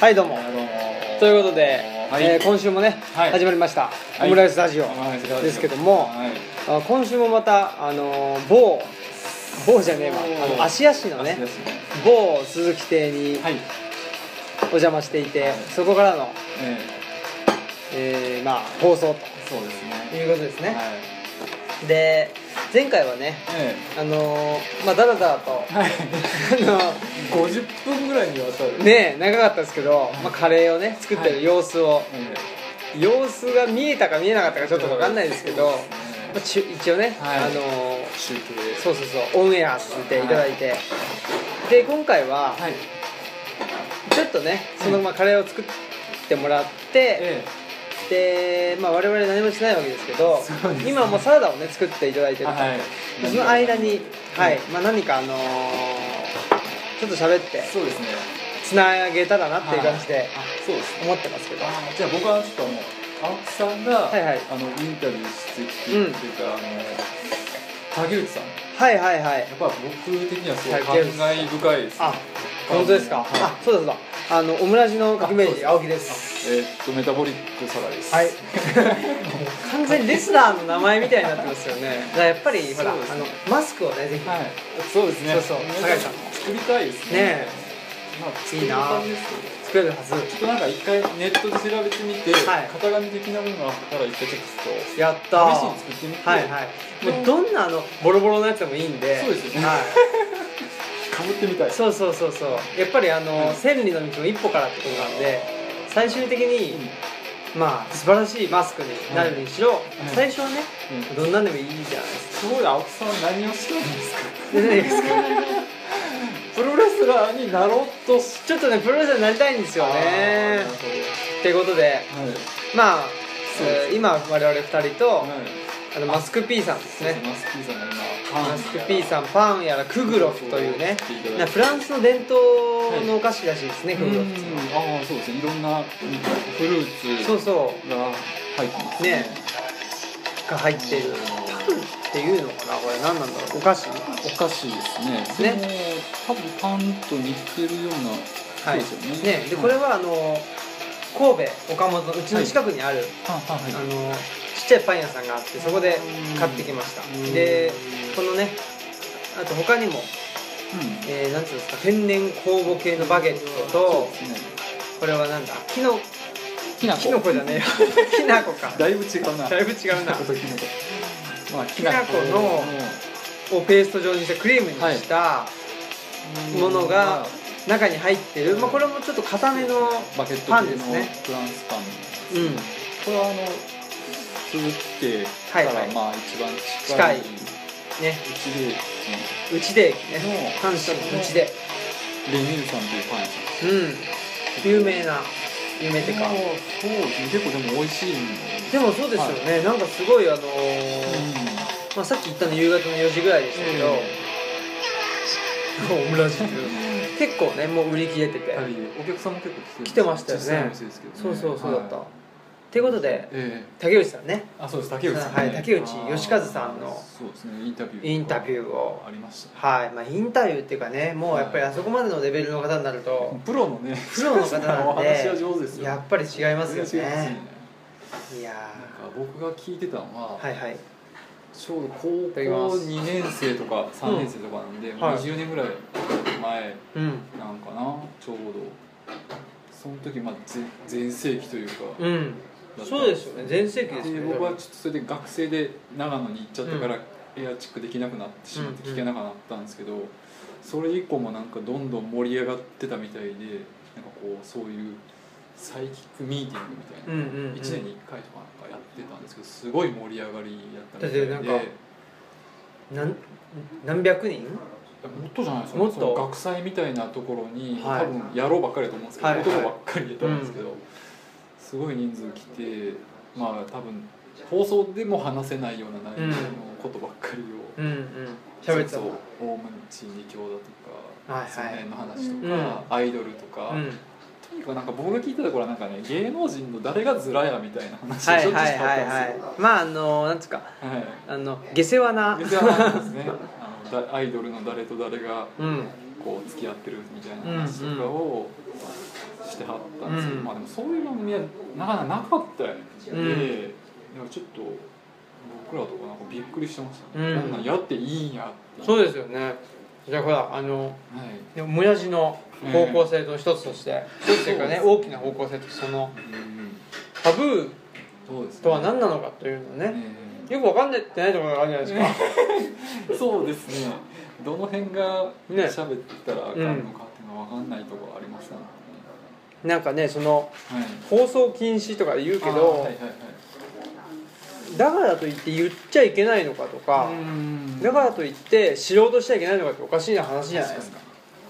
はいどうもということで、はいえー今週もね、はい始まりました、オいムライスラジオオムライスラジオですけども、はいあ今週もまたあのー某某じゃねえわあの芦屋市のね足ですね某鈴木邸にはい、お邪魔していて、はいそこからの、ええーまあ放送えそうですとねいうことですね、はいで前回はねえあのーまあダラダラと、えはいあ50分ぐらいにわたるのねえ長かったですけど、まあ、カレーをね作ってる様子を、え様子が見えたか見えなかったかちょっと分かんないですけど、まあちゅ一応ね、はいあのーえ集計そうそうそうオンエアさせていただいて、で今回ははいちょっとねそのまあカレーを作ってもらって、えで、まあ、我々何もしないわけですけどそうですね今はもうサラダをね作っていただいてえる、はいでその間に、はいうんまあ、何かあのーちょっと喋ってそうですねつなげたらなっていう感じはであそうですね思ってますけど、あじゃあ僕はちょっともう青木さんが、はいはいあのインタビューしてきて、っていうかあの竹内さんやはいはいはいっぱ僕的にはすごい感慨深いです、ねあ、本当ですか、はいあそうだそうだあのオムラジの革命児あ青木ですえーっとメタボリックサラですはい完全にレスラーの名前みたいになってますよねだからやっぱりほら、そうですあねのマスクをねぜひ、はい、そうですね。そうそう酒井さん作りたいですね。ねまあ、作いいりなたいですけ作れるはずど。ちょっとなんか一回ネットで調べてみて、はい型紙的なものがあったら一回ちょっやったとー試しに作ってみて、はいはいもうどんなあのボロボロのやつでもいいんでそうですよねはかぶってみたい。い、そうそうそうそうやっぱりあの、千里の道も一歩からってことなんで最終的に、うんまあ素晴らしいマスクになるにしろ、い最初はね、どんなんでもいいじゃないですかすごい青木さんは何をしてるんですか。何ですか プロレスラーになろうとしちょっとねプロレスラーになりたいんですてよねなるほってことでどはい。まあそうですえー今我々2人と、はい。あのマスク P さんですそうそねうマスク P さんが今マスク P ん。さんパンやらクグロフというねそうそうなフランスの伝統のお菓子らしいですね、うクグロフっていうんのはああそうですねいろんなフルーツそうそが入ってますねうが入ってるパンっていうのかなこれ何なんだろうお菓子はお菓子ですね。ねでも多分パンと似てるような。いそうですよね。ねでこれは。はあの神戸岡本のうちの近くにある、はいあはい。のちっちゃいパン屋さんがあってそこで買ってきましたうんでこのねあと他にも、うん。えー、なんていうんですか天然酵母系のバゲットとそうですね。これはなんだキノきなキノコじゃね えよきなこかだいぶ違うな。だいぶ違うなきこときなこ。まあききなこのをペースト状にしたクリームにしたうんものがま中に入ってる、まあ、これもちょっとあ固めのバケットパン系でのすねフランスパン。うんこれはあの作ってかはいはらいまあ一番近い近ねうちでうちで駅のね阪神のうちでレミューさんというパン屋さん。うん有名な有名ってかもうそうですね結構でも美味しいんでもそうですよね、なんかすごいあのーうまあ、さっき言ったの夕方の4時ぐらいでしたけど、 オムラジっていうの結構ねもう売り切れてて、ん、やはりお客さんも結構来て来てましたよね小さいお店ですけどねそうそうそうだった、はいっていうことでえ竹内さんねえあそうです竹内さん、ねはい竹内義和さんのあーそうですねインタビューインタビューをありましたはい、まあ、インタビューっていうかねもうやっぱりあそこまでのレベルの方になるとプロのねプロの方おなん話は上手ですでよやっぱり違いますよ全然違いますねいやなんか僕が聞いてたのは、ーはいはいちょうど高校ただきます2年生とか3年生とかなんで、もうはい20年ぐらい前うんなんかなちょうどその時まあぜ全盛期というか、うんそうですよね全盛期ですでよね僕はちょっとそれで学生で長野に行っちゃってからエアチックできなくなってしまってうん聞けなくなったんですけど、それ以降もなんかどんどん盛り上がってたみたいでなんかこうそういうサイキックミーティングみたいうんうな、ん、うん、 1年に1回とかなんかやってたんですけどすごい盛り上がりやったみたいでだってなんかなん何百人いやもっとじゃないですかもっとその学祭みたいなところに、はい多分野郎ばっかりだと思うんですけど、はいはい男ばっかりだと思うんですけど、すごい人数来てまあ多分放送でも話せないような内容のことばっかりを、うんうん喋ってたそうもんそうオウム真理教だとか、はいはいその辺の話とか、アイドルとか、うんとにかくなんか僕が聞いてた頃はなんかね芸能人の誰がズラやみたいな話をはいちょっとはしいてあはいったんですよ。はいまああのなんつうかはいあの下世話なでじゃあなんですねあのだアイドルの誰と誰がうんこう付き合ってるみたいな話とかを、してはったんですけど、うんまあでもそういう番組はなかなかなかったよね、うんでだからちょっと僕らとかなんかびっくりしてましたね、うんこんなんやっていいんやってそうでですよねじゃあほらあのす、はいでももやしの方向性の一つとして、一つというかね大きな方向性としてそのうん、タブーそうですねとは何なのかというのをね、よくわかんないってないところがあるじゃないですか、えーそうですねどの辺がね喋ったらあかんのかっていうのは分かんないところありますからね、なんかねそのはい放送禁止とか言うけど、あーはいはいはいだからといって言っちゃいけないのかとか、うんだからといって知ろうとしちゃいけないのかっておかしいな話じゃないですか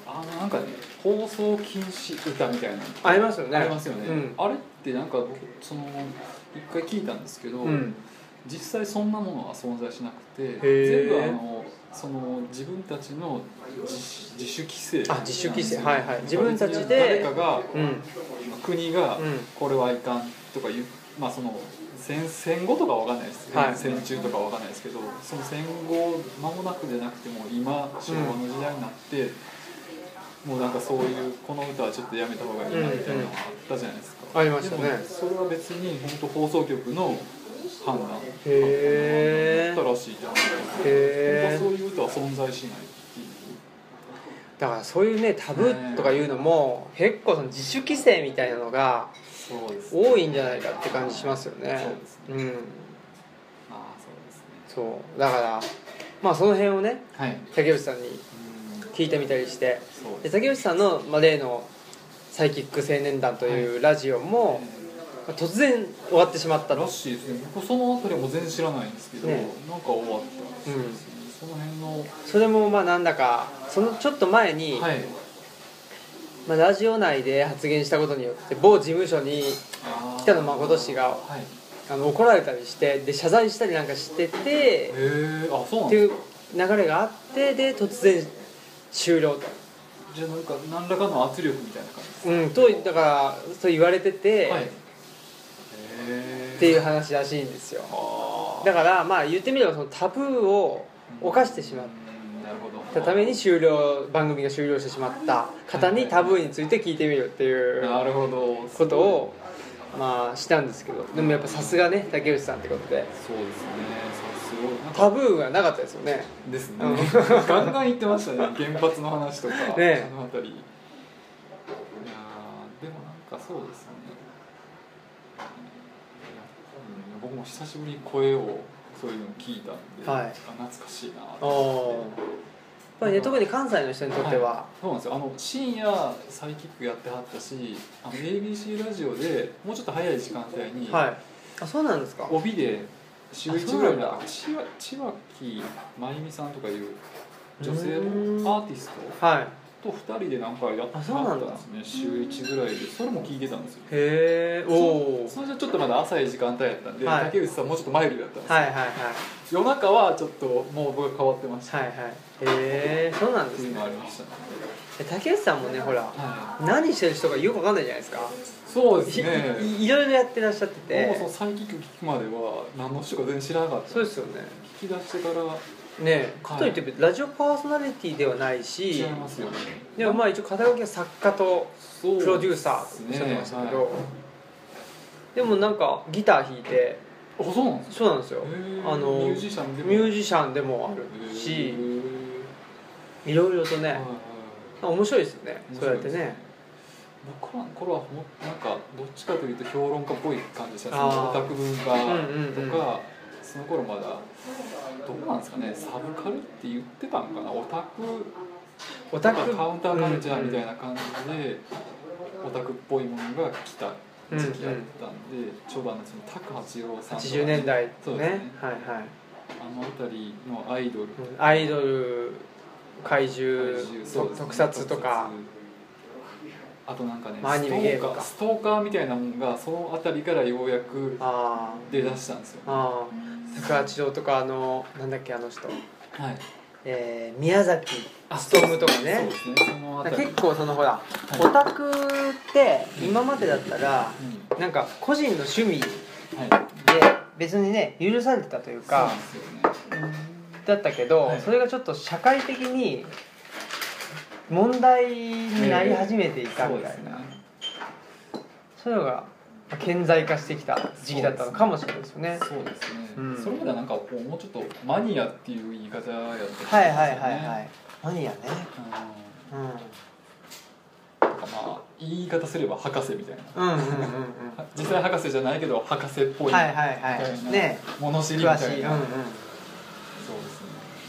あのなんかね放送禁止歌みたいなのありますよねありますよね、うんあれってなんか僕その一回聞いたんですけど、うん実際そんなものは存在しなくて全ー部あのその自分たちの自主自主規制あ自主規制なんですよはいはい自分たちで誰かがうん国がうんこれはいかんとかいう、まあその戦戦後とかわかんないですけど、はい戦中とかわかんないですけどその戦後間もなくじゃなくても今昭和の時代になって、もうなんかそういうこの歌はちょっとやめた方がいいなみたいなのがあったじゃないですか、うんうんありましたねでもそれは別に本当放送局の判断へだーったらしいじゃないですかへそーういう歌は存在しないっていうだからそういうねタブーとかいうのも結構その自主規制みたいなのがそうですね多いんじゃないかって感じしますよねそうですうんああそうですねそうだからまあその辺をねはいうん竹内さんに聞いてみたりしてそうでです竹内さんの、まあ、例の「サイキック青年団」というラジオも、ねまあ突然終わってしまったらとしいですね僕その辺りはもう全然知らないんですけど、ねなんか終わったんですよね、その辺の、それもまあなんだかそのちょっと前に、はいまあ、ラジオ内で発言したことによって某事務所に北野誠氏がはい、へあの怒られたりしてで謝罪したりなんかしててえあそうなっんていですうか流れがあってで突然終了じゃあなんか何らかの圧力みたいな感じですと,、うん、とだからそう言われてて、はいへえっていう話らしいんですよあだからまあ言ってみればそのタブーを犯してしまっーなるほどたために終了番組が終了してしまった方にタブーについて聞いてみるっていうなるほどことをまあしたんですけどでもやっぱさすがね竹内さんってことでそうですねそうすごいなんかタブーがなかったですよねですね、うんガンガン言って ましたね原発の話とか、えあの辺りいやーでもなんかそうですねいやうん僕も久しぶりに声をそういうの聞いたんで、はいあ懐かしいなとおおやっぱりね特に関西の人にとっては、そうなんですよあの深夜サイキックやってはったしあの ABC ラジオでもうちょっと早い時間帯に、はい、あそうなんですか帯で週あ1そうぐらないんだの千葉千葉木真由美さんとかいう女性うーんのアーティストはいと2人でなんかやってあはっそうなたんだんですね週1ぐらいでそれも聞いてたんですよへえおおそれじゃちょっとまだ浅い時間帯やったんで、はい竹内さんもうちょっとマイルドだったんですよ、はいはいはい夜中はちょっともう僕が変わってましたはいはいへえそうなんでってすいうねのがありましたね、え竹内さんもねほらは何してる人かよくわかんないじゃないですかい、そうですいねいいろいろやってらっしゃってもうそてのサイキック聞くまでは何の人か全然知らなかったそうですよね聞き出してからねえはかいといってラジオパーソナリティではないし違いますよねでもまあ一応肩書きは作家とそうプロデューサーとおっしゃってましたけど、でもなんかギター弾いてはいあそうなんですかそうなんですよあのミュージシャンでもミュージシャンでもあるへしーいろいろとはいねはい面白いですよねそうやってね僕らの頃はもうなんかどっちかというと評論家っぽい感じでしたねあーそのオタク文化とうか、んうんうんその頃まだどうなんですかねサブカルって言ってたのかなオタクオなタんかクカウンターカルチャーみたいなな感じでオタクっぽいものが来た時期だったんで序盤のその拓八郎さんとかね80年代そねうですねはいはいあの辺りのアイドルうんアイドル怪獣怪獣そうとですね特撮とか特撮あとなんかねまあアニメゲームかストーカーストーカーみたいなもんがその辺りからようやくあ出だしたんですよあああ桜千代とかあのなんだっけあの人、はいえー、宮崎勉とかねそうですねその辺り結構そのほら、いオタクって今までだったらなんか個人の趣味でうんはい別にね許されてたというそうかなんですよねだったけど、はいそれがちょっと社会的に問題になり始めていたそみうでたすいねなそういうのがまあ顕在化してきた時期だったのかもしれないですよね。そうですね、うんそれまではなんかこうもうちょっとマニアっていう言い方やったんですよねはいはいはいはい。マニアね。うんうん。なんかまあ言い方すれば博士みたいなうんうんうんうん。実際博士じゃないけど博士っぽいみはたいはいな、はい。ね物知りみた詳しい。ういんな、うん。そうですね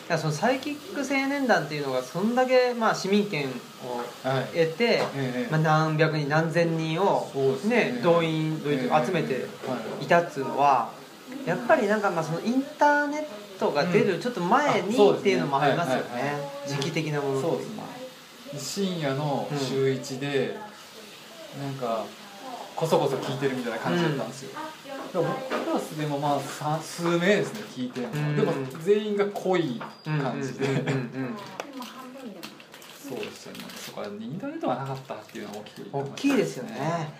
だからそのサイキック青年団っていうのがそんだけまあ市民権をはいえ得て、えまあ、何百人何千人をそうですねね動員動員というか集めえてえはいいたっつうのはやっぱりなんかまあそのインターネットが出るちょっと前にあそうですねっていうのもありますよねはいはいはい時期的なものってそういでうすかね深夜の週一で、なんかこそこそ聞いてるみたいな感じだったんですよ、でもクラスでもまあさ数名ですね聞いてるのは、うんでも全員が濃い感じで、うんうんうんうんそうですよねそこはインターネットがなかったっていうのは大きく大きいですよね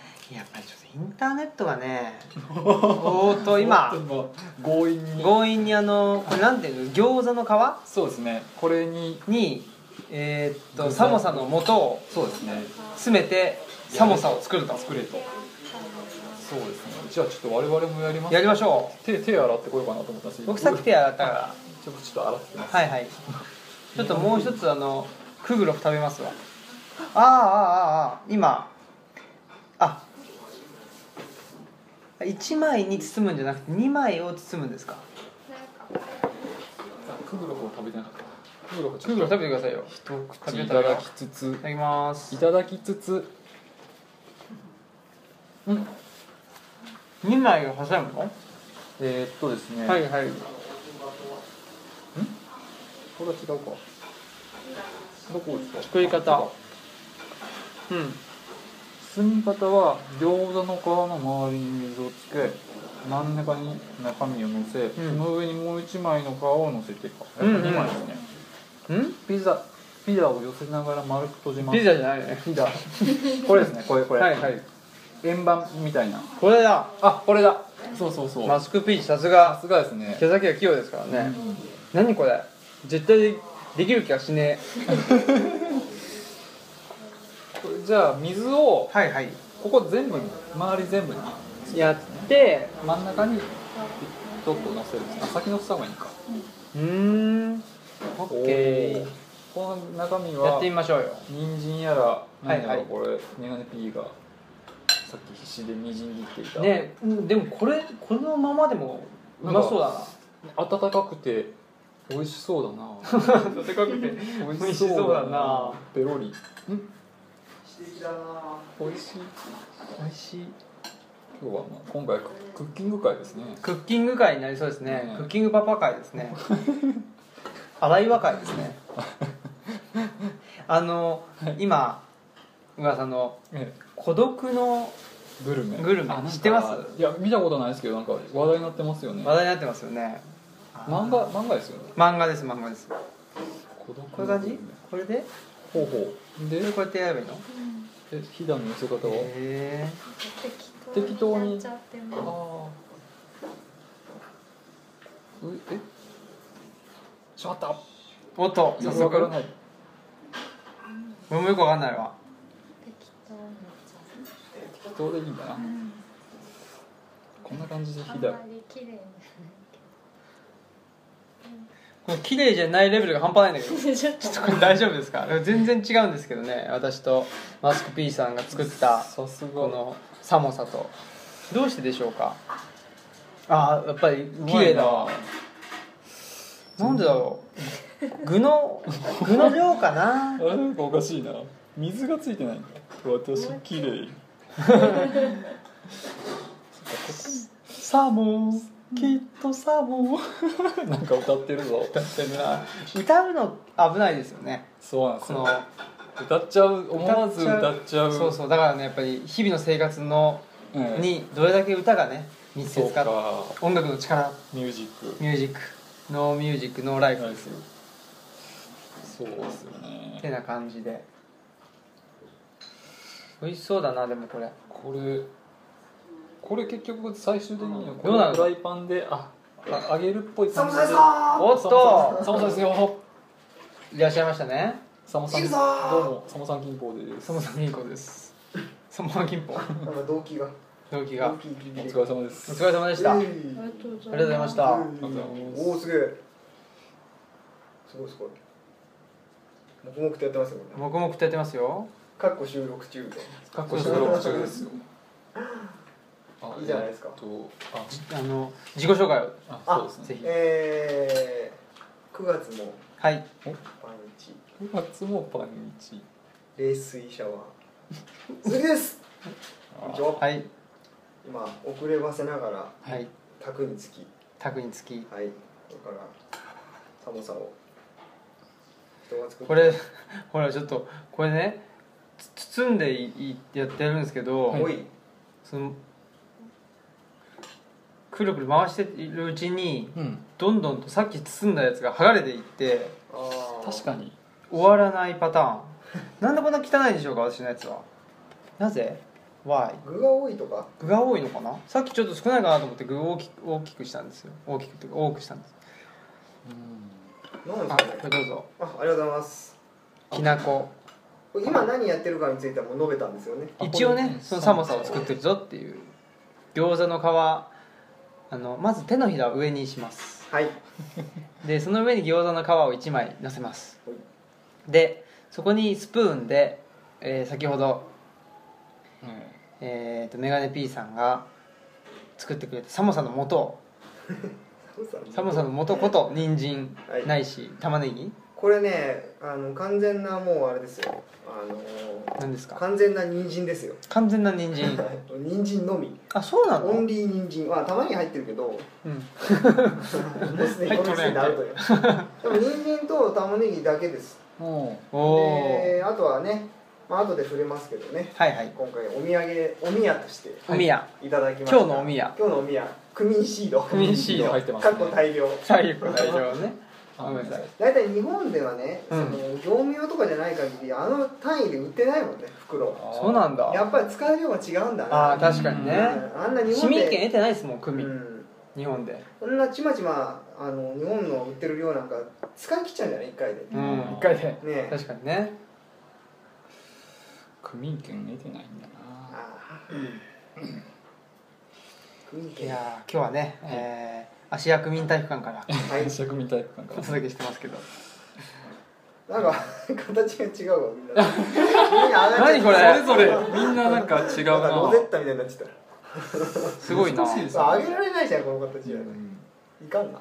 やっぱりちょっとインターネットがね相当今もう強引に強引にあのこれなんていうの餃子の皮そうですねこれににえーっと寒さの元をそうですね詰めて寒さを作ると作れとそうですねじゃあちょっと我々もやりますやりましょ手手洗ってこようかなと思ったんですけうど僕さっき手洗ったからちょっと洗ってますはいはいちょっともう一つあのクグロフ食べますわああああああ今あ1枚に包むんじゃなくて2枚を包むんですかクグロフを食べてなかったクグロフちクグロょっフ食べてくださいよいと一食口べいたらただきつつただきますいただきつつうん2枚を挟むのえー、っとですね、はいはいこれは違うかどこですか作り方うん包み方は餃子の皮の周りに水をつけ真ん中に中身をのせ、んその上にもう一枚の皮をのせてか、うんうん二枚ですねうんピザピザを寄せながら丸く閉じますピザじゃないねピザこれですねこれこれ、はいはい円盤みたいなこれだあこれだそうそうそうマスクピーチさすさがすがですね手先が器用ですからね、何これ絶対できる気がしねこれじゃあ水をえはいはいここ全部に周り全部にやって真ん中にちょっと乗せるあ先乗せた方がいいかうーんオッケーこの中身やっはてみましょうよ人参やら何やはいらはいこれメガネ P がさっき必死でみじん切っていた、ねうんでもこれこのままでもうまそうだな温かくて美味しそうだな温かくて 美味しそうだなペロリん美美味しい味しい今日は、まあ、今回クッキング会ですねクッキング会になりそうですねねクッキングパパ会です ね荒岩会ですねあの今小川さんのえ孤独のえグルメグルメあなんか知ってますいや見たことないですけどなんか話題になってますよね話題になってますよね漫画漫画ですよね漫画です漫画です孤独こういう感じこれでほうほうでこれこうやってやればいいのえ飛騨の寄せ方は、へえ適当にやっちゃってああもうえしまったおっとよ早くわから速ない俺もよくわかんないわ適当にやっちゃう適当でいいんだな、こんな感じで飛あん騨まり綺麗にはこの綺麗じゃないレベルが半端ないんだけど ないちょっとちょっとこれ大丈夫ですか全然違うんですけどね私とマスク P さんが作ったさすがこの寒さとどうしてでしょうかああやっぱり綺麗だわなんでだろう具の具の量かなあれなんかおかしいな水がついてないんだ私綺麗 サーモンきっとサーモンなんか歌ってるぞ歌ってるな歌うの危ないですよねそうなんですこのよ歌っちゃう思わず歌っちゃうそうそうだからねやっぱり日々の生活のええにどれだけ歌がね密そう接かか音楽の力ミュージックミュージックノーミュージックノーライフですよそうですよてねな感じで美味しそうだなでもこれこれこれ結局最終的にはこどうなのるフライパンでああ揚げるっぽい感じでおっとサモさんですよいらっしゃいましたねサモさんどうもサモさん金峰ですそもそもいい子ですサンマーキンポなんか動機が同期が動機ギおリギリ疲れ様でおす疲れ様でした、あえいありがとうごりがとうございました、うんおおすげえすごいすごい黙々とやってますよこれ黙々とやってますよかっこ収録中みたいなかっここれし収ろ録中ですよあいいじゃないですかえっとあじあの自己紹介をああそうですねぜひえー、9月もはいパンイチ9月もパン日冷水シャワー鈴木ですこんにちははい今遅ればせながらはい卓につきタグにつきはいこれから寒さを人が作ったこれほらちょっとこれねつ包んでいいやってるんですけど、多いそのくるくる回してるうちにうんどんどんとさっき包んだやつが剥がれていってあ確にかに終わらないパタ ーンなんでこんな汚いんでしょうか私のやつはなぜ ?Why? 具が多いとか具が多いのかなさっきちょっと少ないかなと思って具を大きく大きくしたんですよ大きくというか多くしたんですなんですあかこねれどうぞあありがとうございますきなこ今何やってるかについてはもう述べたんですよねあ一応こねれその寒さを作ってるぞっていう餃子の皮あのまず手のひらを上にしますはいでその上に餃子の皮を1枚のせますはいでそこにスプーンで、えー先ほど、うんえー、とメガネ P さんが作ってくれた寒さの素を寒さの素こと人参はいないし玉ねぎこれねあの完全なもうあれですよあのー何ですか完全な人参ですよ完全な人参はい人参のみあそうなオンの、リー人参はたまに入ってるけどもうん、うすでにこの時点でアウトよでも人参と玉ねぎだけですもおおであとはね、まあ後で触れますけどねはいはい今回お土産お宮としておみやいただきました今日のお宮今日のお宮クミンシードクミンシード入ってますかねっこ大量最後大丈夫ねうごめんなさい大体日本ではね、うんその業務用とかじゃない限りあの単位で売ってないもんね袋そうなんだやっぱり使う量が違うんだなあー確かにうんねあんな日市本で民権得てないですもん組、うん日本でこんなちまちまあの日本の売ってる量なんか使い切っちゃうんじゃない一回で、うねん一回でえ確かにね区民権得てないんだなああクミいン券はやー今日はね、えー、芦屋区民体育館 からい社区民体育館かお届けしてますけどなんか形が違うわみ んなみんなあがっちゃって何こそれれぞれみんななんか違うなんかロなゼッタみたいになっちゃっすごいな難しいですたああげられないじゃんこの形うは、んいかんな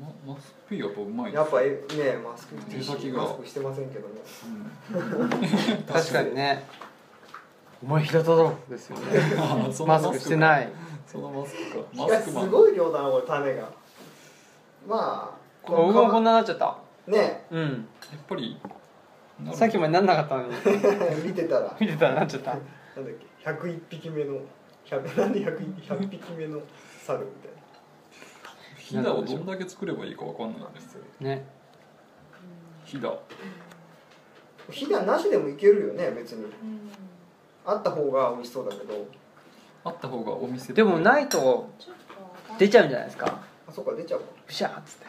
ママスクピーやっぱうまいやっぱえねマスクして手先がマスクしてませんけどねうん 確かにねお前平田だろですよねあ そのマスクしてないいそのマスクかいマやスすクマンごい量だなこれ種がまあこ僕もこんなななっちゃったね うんやっぱりなるさっきまでなんなかったのに見てたら見てたらなっちゃったなんだっけ101匹目の100なんで 101, 100匹目の猿みたいなひだをどんだけ作ればいいかわかんないよね失ねひだ礼ひだなしでもいけるよね別にうんあった方が美味しそうだけどあった方がお店でもないいとちょっと出ちゃうんじゃないですかあそっか出ちゃうかブシャーっつって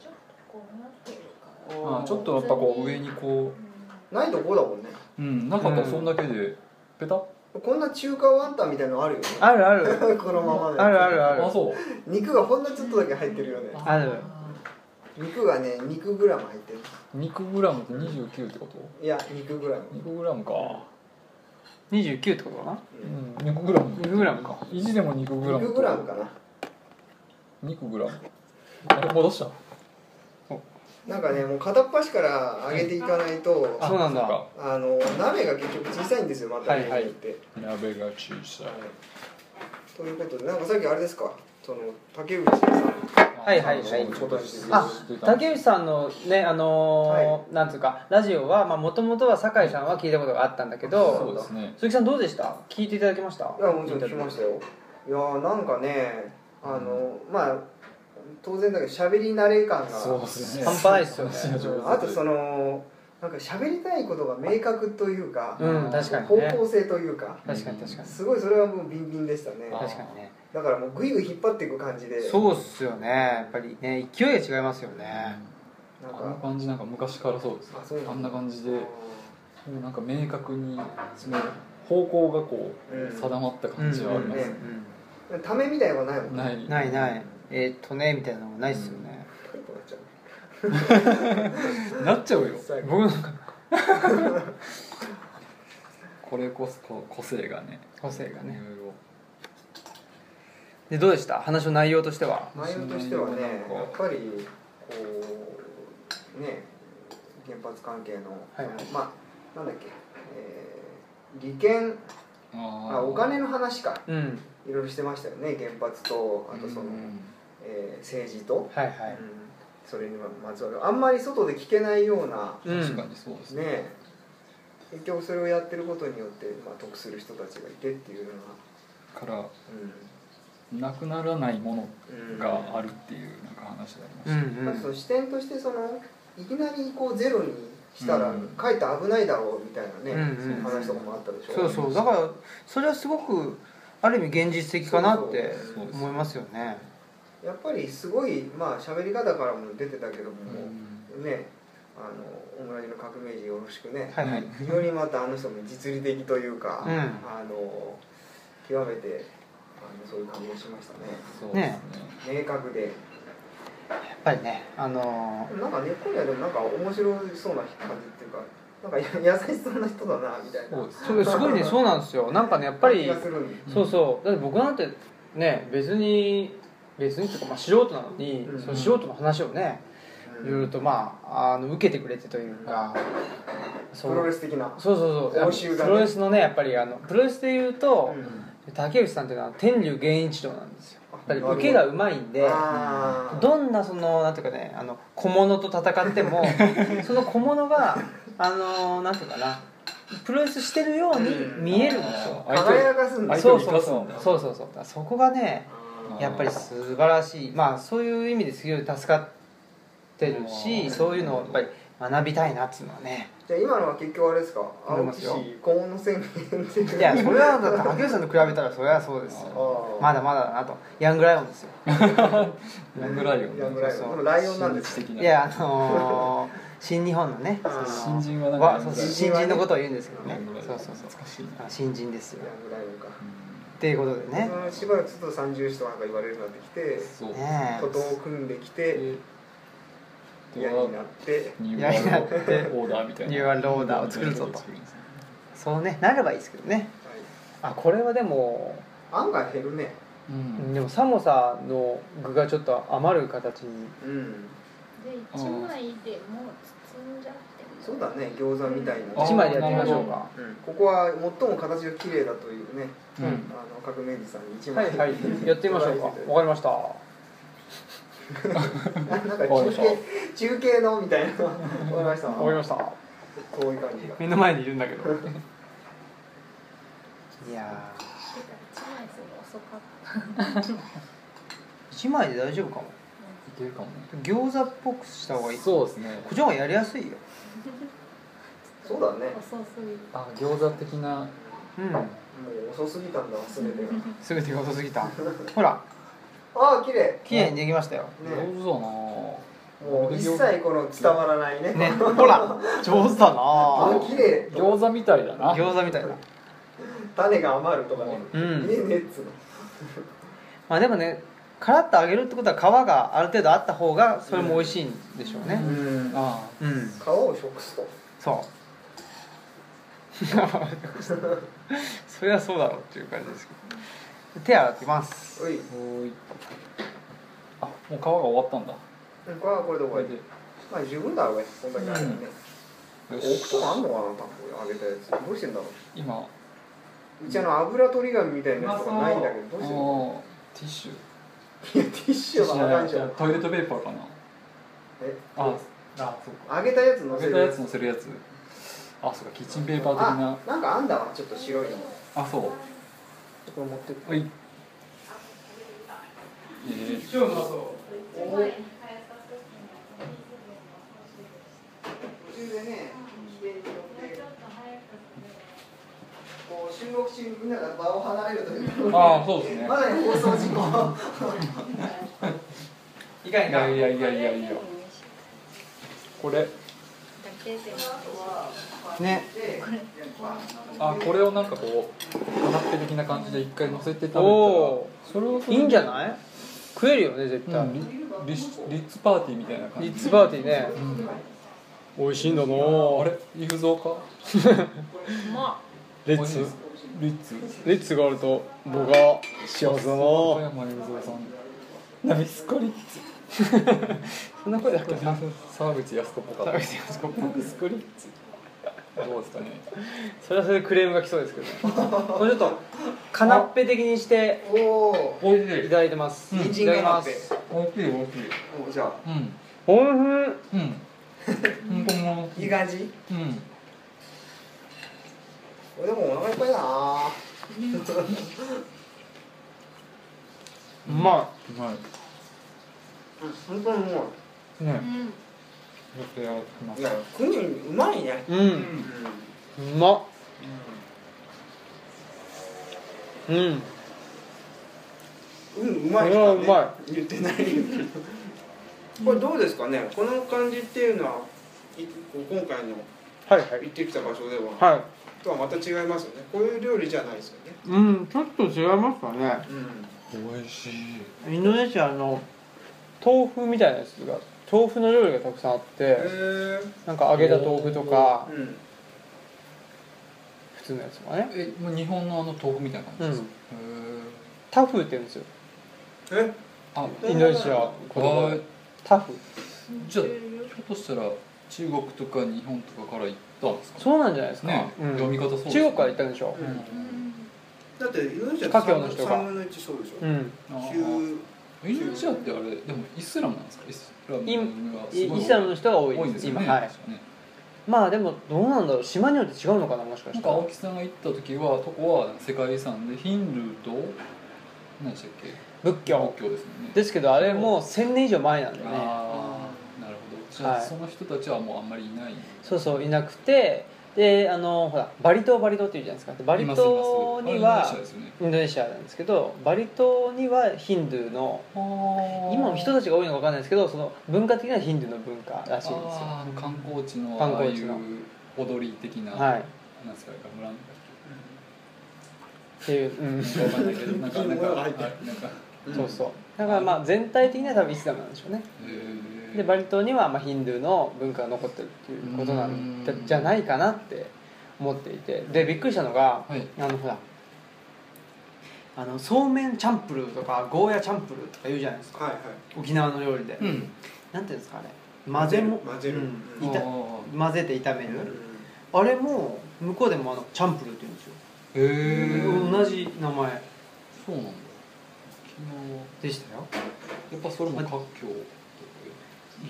ちょっとこうなってるからあちょっとやっぱこう上にこうないとこうだもんねううんなかったらそんだけでペタッこんな中華ワンタンみたいのあるよねあるある このままであるあるあるあそう肉がほんのちょっとだけ入ってるよねある肉がね肉グラム入ってる肉グラムって29ってこといや肉グラム、肉グラムか29ってことかなううんん肉グラム2グラムか意地でも肉グラム肉グラムかな肉グラムあれ戻したなんかねもう片っ端から揚げていかないとあそうなんだっかあの鍋が結局小さいんですよまたはいはい日本って、鍋が小さいということでなんかさっきあれですかその竹内さんはいはいはいあ竹内さんのねあのーなんつうかラジオはまあもともとは酒井さんは聞いたことがあったんだけそどうですね鈴木さんどうでした聞いていただけましたいやもちろん聞きましたよいやーなんかねあのまあ当然だけど喋り慣れ感がそうですね半端ないっすよねうんあとそのなんか喋りたいことが明確というか、うん確かに方ね向性というか確かに確かにすごいそれはもうビンビンでしたねあ確かにねだからもうグイグイ引っ張っていく感じでそうっすよねやっぱりね勢いが違いますよねなんあのか感じなんか昔からそうですあそうなんだあんな感じでもうなんか明確にその方向がこうんう定まった感じはあります、うんうんためみたいのはないもんねないないないえーっとねみたいなのがないっすよね、こうなっちゃうなっちゃうよ最後僕なんかこれこそこ個性がね個性がねいろいろでどうでした話の内容としては内容としてはね内容やなんっかぱりこうね原発関係の、はいはいそのまあなんだっけ、えー利権あーあお金の話かうんいろいろしてましたよね原発とあとその、うんえー政治と、はいはういんそれにまつわるあんまり外で聞けないようなうん確かにそうですねね結局それをやってることによって、まあ、得する人たちがいてっていうようからな、なくならないもうんうんのがあるっていうなんか話でありましうた、んうまずその視点としてそのいきなりこうゼロにしたらうんかえって危ないだろうみたいなね、うんうん話とかもあったでしょそうそうだからそれはすごくある意味現実的かなってそうそう思いますよねやっぱりすごいまあ喋り方からも出てたけども、うんねあのオムラジの革命児よろしくね、はいはい非常にまたあの人も実利的というか、うんあの極めてあのそういう感じがしましたそうですねね明確でやっぱりねあのなんか根っこにはでもなんか面白そうな感じっていうかなんか優しそうな人だなみたいなそうですそうすごいねそうなんですよなんかねやっぱり気がするんでそうそうだって僕なんてね別に別にっていうか、まあ、素人なのに、うんその素人の話をねいろいろとまああの受けてくれてというか、そプロレうス的なそうそう報そう、酬がねプロレスのねやっぱりあのプロレスでいうと、うん竹内さんっていうのは天竜源一郎なんですよあやっぱり受けがうまいんであーどんなそのなんていうかねあの小物と戦って もその小物があのなんていうかなプロレスしてるように見えるんですよ、相手輝かすん相だ手そをう生そかうすそんうだそうそうそうだからそこがねあーやっぱり素晴らしいまあそういう意味ですごい助かってるうしんそういうのをやっぱり学びたいなっていうのはねじゃあ今のは結局あれですか思い青ま木す氏よ高の宣言っていういやそれはだって竹内さんと比べたらそれはそうですあよーまだまだだなとヤングライオンですよヤングライオンヤングライそうそうオンこのライオンなんです新日的ないやあのー 新日本のねあー新人はなんかわヤンそうグそラう新イオン人のことを言うんですけどねヤングライオンそうそうそう懐かしいなあ新人ですヤよングライオンかっていうことでねうんしばらくちょっと三重師となんか言われるようになってきてそうね徒党を組んできて嫌になってニュやになってオーダーみたいなニューワールドオーダーを作るぞと作んですねそうねなればいいですけどねはいあこれはでも案外減るねうんでも寒さの具がちょっと余る形にうんで一枚でもう包んじゃってもそうだね餃子みたいあー一な枚でやってみましょうかうんここは最も形が綺麗だというねうんあの革命児さんに一は枚いはい やってみましょうかわかりましたなんかわかり中まし継中継のみたいなわかりましたわかりましたこういう感じが目の前 にいるんだけどいや出たら一枚するの遅かった1枚で大丈夫かもいけるかもね餃子っぽくした方がいいこそうですねっちの方がやりやすいよそうだね遅すぎるあ餃子的なうんもう遅すぎたんだ忘れて全てが遅すぎたほらああ綺麗綺麗にできましたよ上手だなぁもう一切この伝わらないねねほら上手だあなー綺麗餃子みたいだな餃子みたいな種が余るとかねう見えんねえっつうのまあでもねカラッと揚げるってことは皮がある程度あった方がそれも美味しいんでしょうねうんあうん皮を食すとそう それはそうだろうっていう感じですけど手洗ってきますおいあーいあもう皮が終わったんだこれはこれでこれ終でわりまあ十分だろうねこんだけあるよねよ置くとしこあんのかな多分あげたやつどうしてんだろ今ううちあの油取り紙みたいなやつとかないんだけどどうしてんのあーティッシュいやティッシュはあかんじゃんトイレットペーパーかなえああそうか揚げたやつ乗揚せげるたやつ乗せるやつあそうかキッチンペーパー的なあなんかあんだわちょっと白いのあそうこれ持ってくはいえー一枚途中でね規定によってこう収録中にみんなが場を離れるというああそうですねまだに放送事故いかいやいやいやいやいやこれだけでもはねあこれをなんかこうカナッペ的な感じで一回乗せて食べたらおおそれをーいいんじゃない食えるよね絶う対、んリリッリッツパーティーみたいな感じリッツパーティーね、美味しいんだなああれイフゾーかうまレ美ッ味しいツですリッツレッツがあると僕が幸せだ小な山イフゾーさんナビスコリッツそんな声だっけな沢口康子っぽかったナビスコリッツどうですかねそれはそれでクレームが来そうですけ どねこれちょっとカナッペ的にしておおおいしいいただいてます、うんいた人参だがきなまっすておいしいおいしいおじゃあうんおいしうん本当もいい感じうん俺でもお腹いっぱいだないうまうまい本当にもい。うねん。よくやってまういすや食うのにうまいねいうんうまっうんうん、うん、うまい、ね、これはうまい言ってない これどうですかねこの感じっていうのはい今回のはいは行いってきた場所では、はいとはまた違いますよねこういう料理じゃないですよねうんちょっと違いますかねうおいしいインドネシアの豆腐みたいなやつが豆腐の料理がたくさんあってんへなんか揚げた豆腐とかえうん普通のやつとかねえもう日本のあの豆腐みたいな感じですか、タフって言うんですよえへインドネシアえ言あ葉でタフじゃあひょっとしたら中国とか日本とかから行ったんですかそうなんじゃないですか、ね、うん読み方そうですね中国から行ったんでしょう、んうん。だってインドネシア華僑の人が3分の1そうでしょ、うんあー九インドネシアってあれでもイスラムなんですかイスラムがいすごいイスラムの人が多多いいんでですすよ今ねはいまあでもどうなんだろう島によって違うのかなもしかなんしかたら青木さんが行った時はとこは世界遺産でヒンドゥーと何でしたっけ仏教仏教ですもんねですけどあれもう1000年以上前なんだよねああなるほどじゃはあ、いその人たちはもうあんまりいないそうそういなくてであのほらバリ島バリ島っていうじゃないですかでバリ島にいますはいますあれインドネシアですよねインドネシアなんですけどバリ島にはヒンドゥーの今今の人たちが多いのか分かんないですけどその文化的なヒンドゥーの文化らしいんですよあーあの観光地の観ああい光地のう踊り的な、はいっなんですか村なんだていう、うん、っけわかんないけどなんかなんかなんかそうそうだからまあ全体的には多分イスラムなんでしょうねへーでバリ島にはまあヒンドゥーの文化が残ってるっていうことなんだうんじゃないかなって思っていてでびっくりしたのが、はいあのほらあのそうめんチャンプルーとかゴーヤチャンプルーとか言うじゃないですかはいはい沖縄の料理で、うんなんていうんですかね混ぜも混ぜるうんうんいた混ぜて炒める、あれも向こうでもあのチャンプルーって言うんですよ、へえ同じ名前そうなんだでしたよ昨日やっぱそれも活況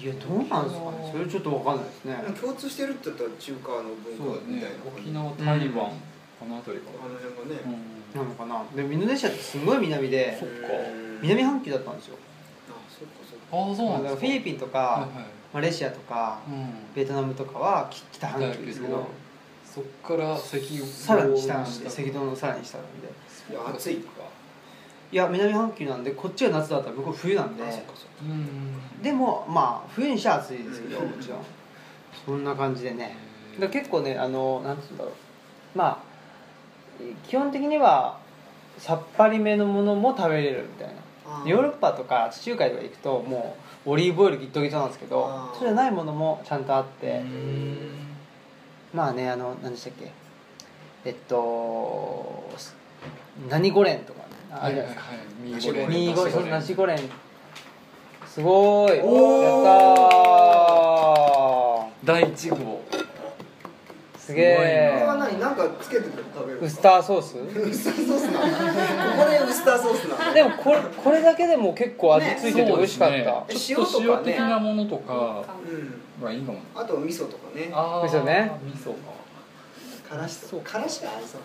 いやどうなんですかねそれちょっと分かんないですねなんか共通してるって言ったら中華のそうだ文化みたいねな沖縄台湾この辺りかあらの辺がね、なのかなでもインドネシアってすごい南でそっかうん南半球だったんですよあそっかそっかああそうなんだでからすかフィリピンとか、はいはいマレーシアとかうんベトナムとかはき北半球ですけだどけそっから赤さらに下なんで下赤道のさらに下なんでいや暑いかいや南半球なんでこっちが夏だったら向こう冬なんであそっかそっかうんでもまあ冬にしちゃ暑いですけどうんもちろんそんな感じでねだから結構ねあのなんつうんだろうまあ基本的にはさっぱりめのものも食べれるみたいなあヨーロッパとか地中海とか行くともうオリーブオイルギットギトなんですけどあーそうじゃないものもちゃんとあってうんまあねあの何でしたっけえっとす何ゴレンとかねあはれいじはゃいなはいですかい右はいミーゴレンナシゴレンそうナシゴレンすごいやったおーー第一号すげえこれは何なんかつけて食べるウスターソースウスターソースなのここでウスターソースなのでもこれこれだけでも結構味ついてて美味しかった、そうですねちょっと塩と塩かね的なものとかうんがいいかもねあと味噌とかねあですよね味噌かからしそうからしが合いそう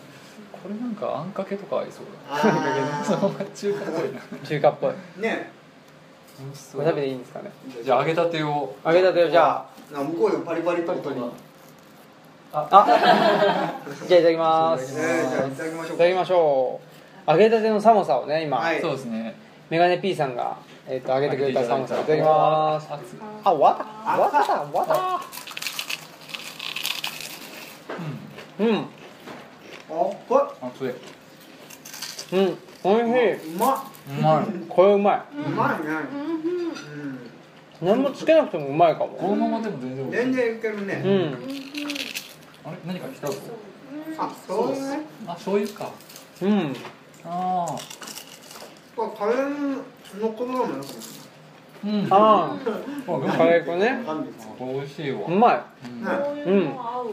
これなんかあんかけとか合いそうだあそのまま中華っぽいな中華っぽいねお鍋でいいんですかねじゃあ揚げたてを揚げたてをじゃあな向こうでもパリパリパリパリあ、じゃあいただきます。えーじゃあいいただきましょうただきましょう。揚げたての寒さをね、今、はいそうですねメガネ P さんが、えっ、と、揚げてくれた寒さ。いただきあます。あ、わた、わただ、わた。うんあっこ熱いうんうんおいれしいうまうまいこれうまっうまいねうんうんい何もつけなくてもうまいかこものままでも全然美味しい全然いけるうねんあれ何か来たぞあそうねあ醤油かうんあこれカレーのことだもんねーうんああうあまいカレー粉ねわかんないあこれ美味しいうわまうんねこういうの合う。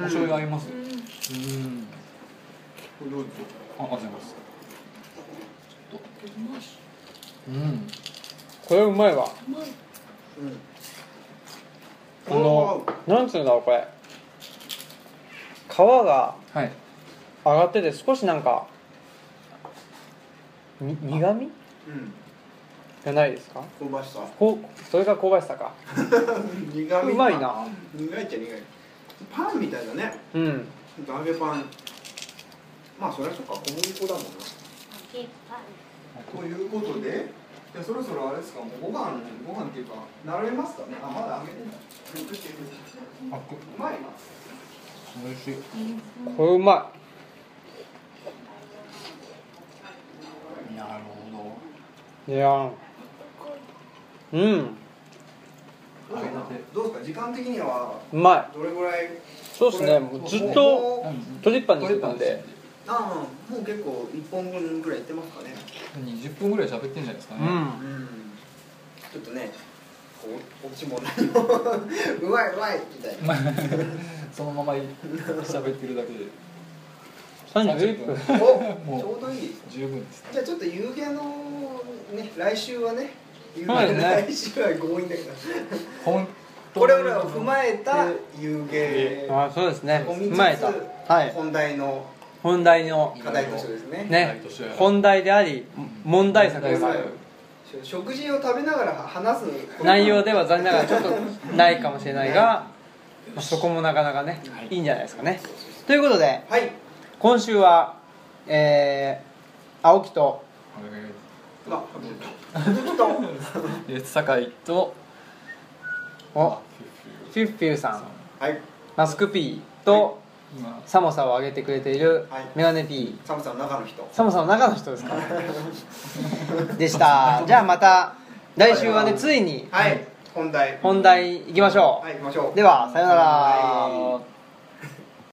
お醤油合いますうんうんどうぞあ、ありがとうございます。うん。いこれうまいわうあんのなんつうんだろうこれ皮がはい。上がってて少しなんかに苦みうんじゃないですか香ばし さこそれが香ばしさか苦味がうまいな苦いっちゃ苦いパンみたいだねうんほんと揚げパンまあそりゃそっか小麦粉だもんなということでじゃあそろそろあれですかもうご飯ご飯っていうか慣れますかねあまだ揚げてないあ、こうまいな美味しい。これうまなるほいいやーうんどうですかどうですか時間的にはうまどれぐらいいそうですねもうずっとど。トリッパンにしてたんで。ああもう結構一本分ぐらいいってますかね二十分ぐらい喋ってんじゃないですかうね。んちょっとねこうオチも何も うまいうまいみたいなそのまま喋ってるだけで31分 おもうちょうどいい十分です。じゃあちょっと夕げのね来週はね夕げのはいね来週は強引だから本これらを踏まえた夕げあーそうですねを見うつまいとつはい本題の本題の課題としてですねね本題であり問題作です問題作食事を食べながら話す内容では残念ながらちょっとないかもしれないが、まあ、そこもなかなかねいいんじゃないですかねということではい今週はえー、青木とまあずっとで酒井とおフィュッフィュさんはいマスク P と今寒さを上げてくれているはいメガネ P 寒さの中の人寒さの中の人 ですかでしたじゃあまた来週はねついにはい本題本題いきましょはい行きましょううではさようならはいあー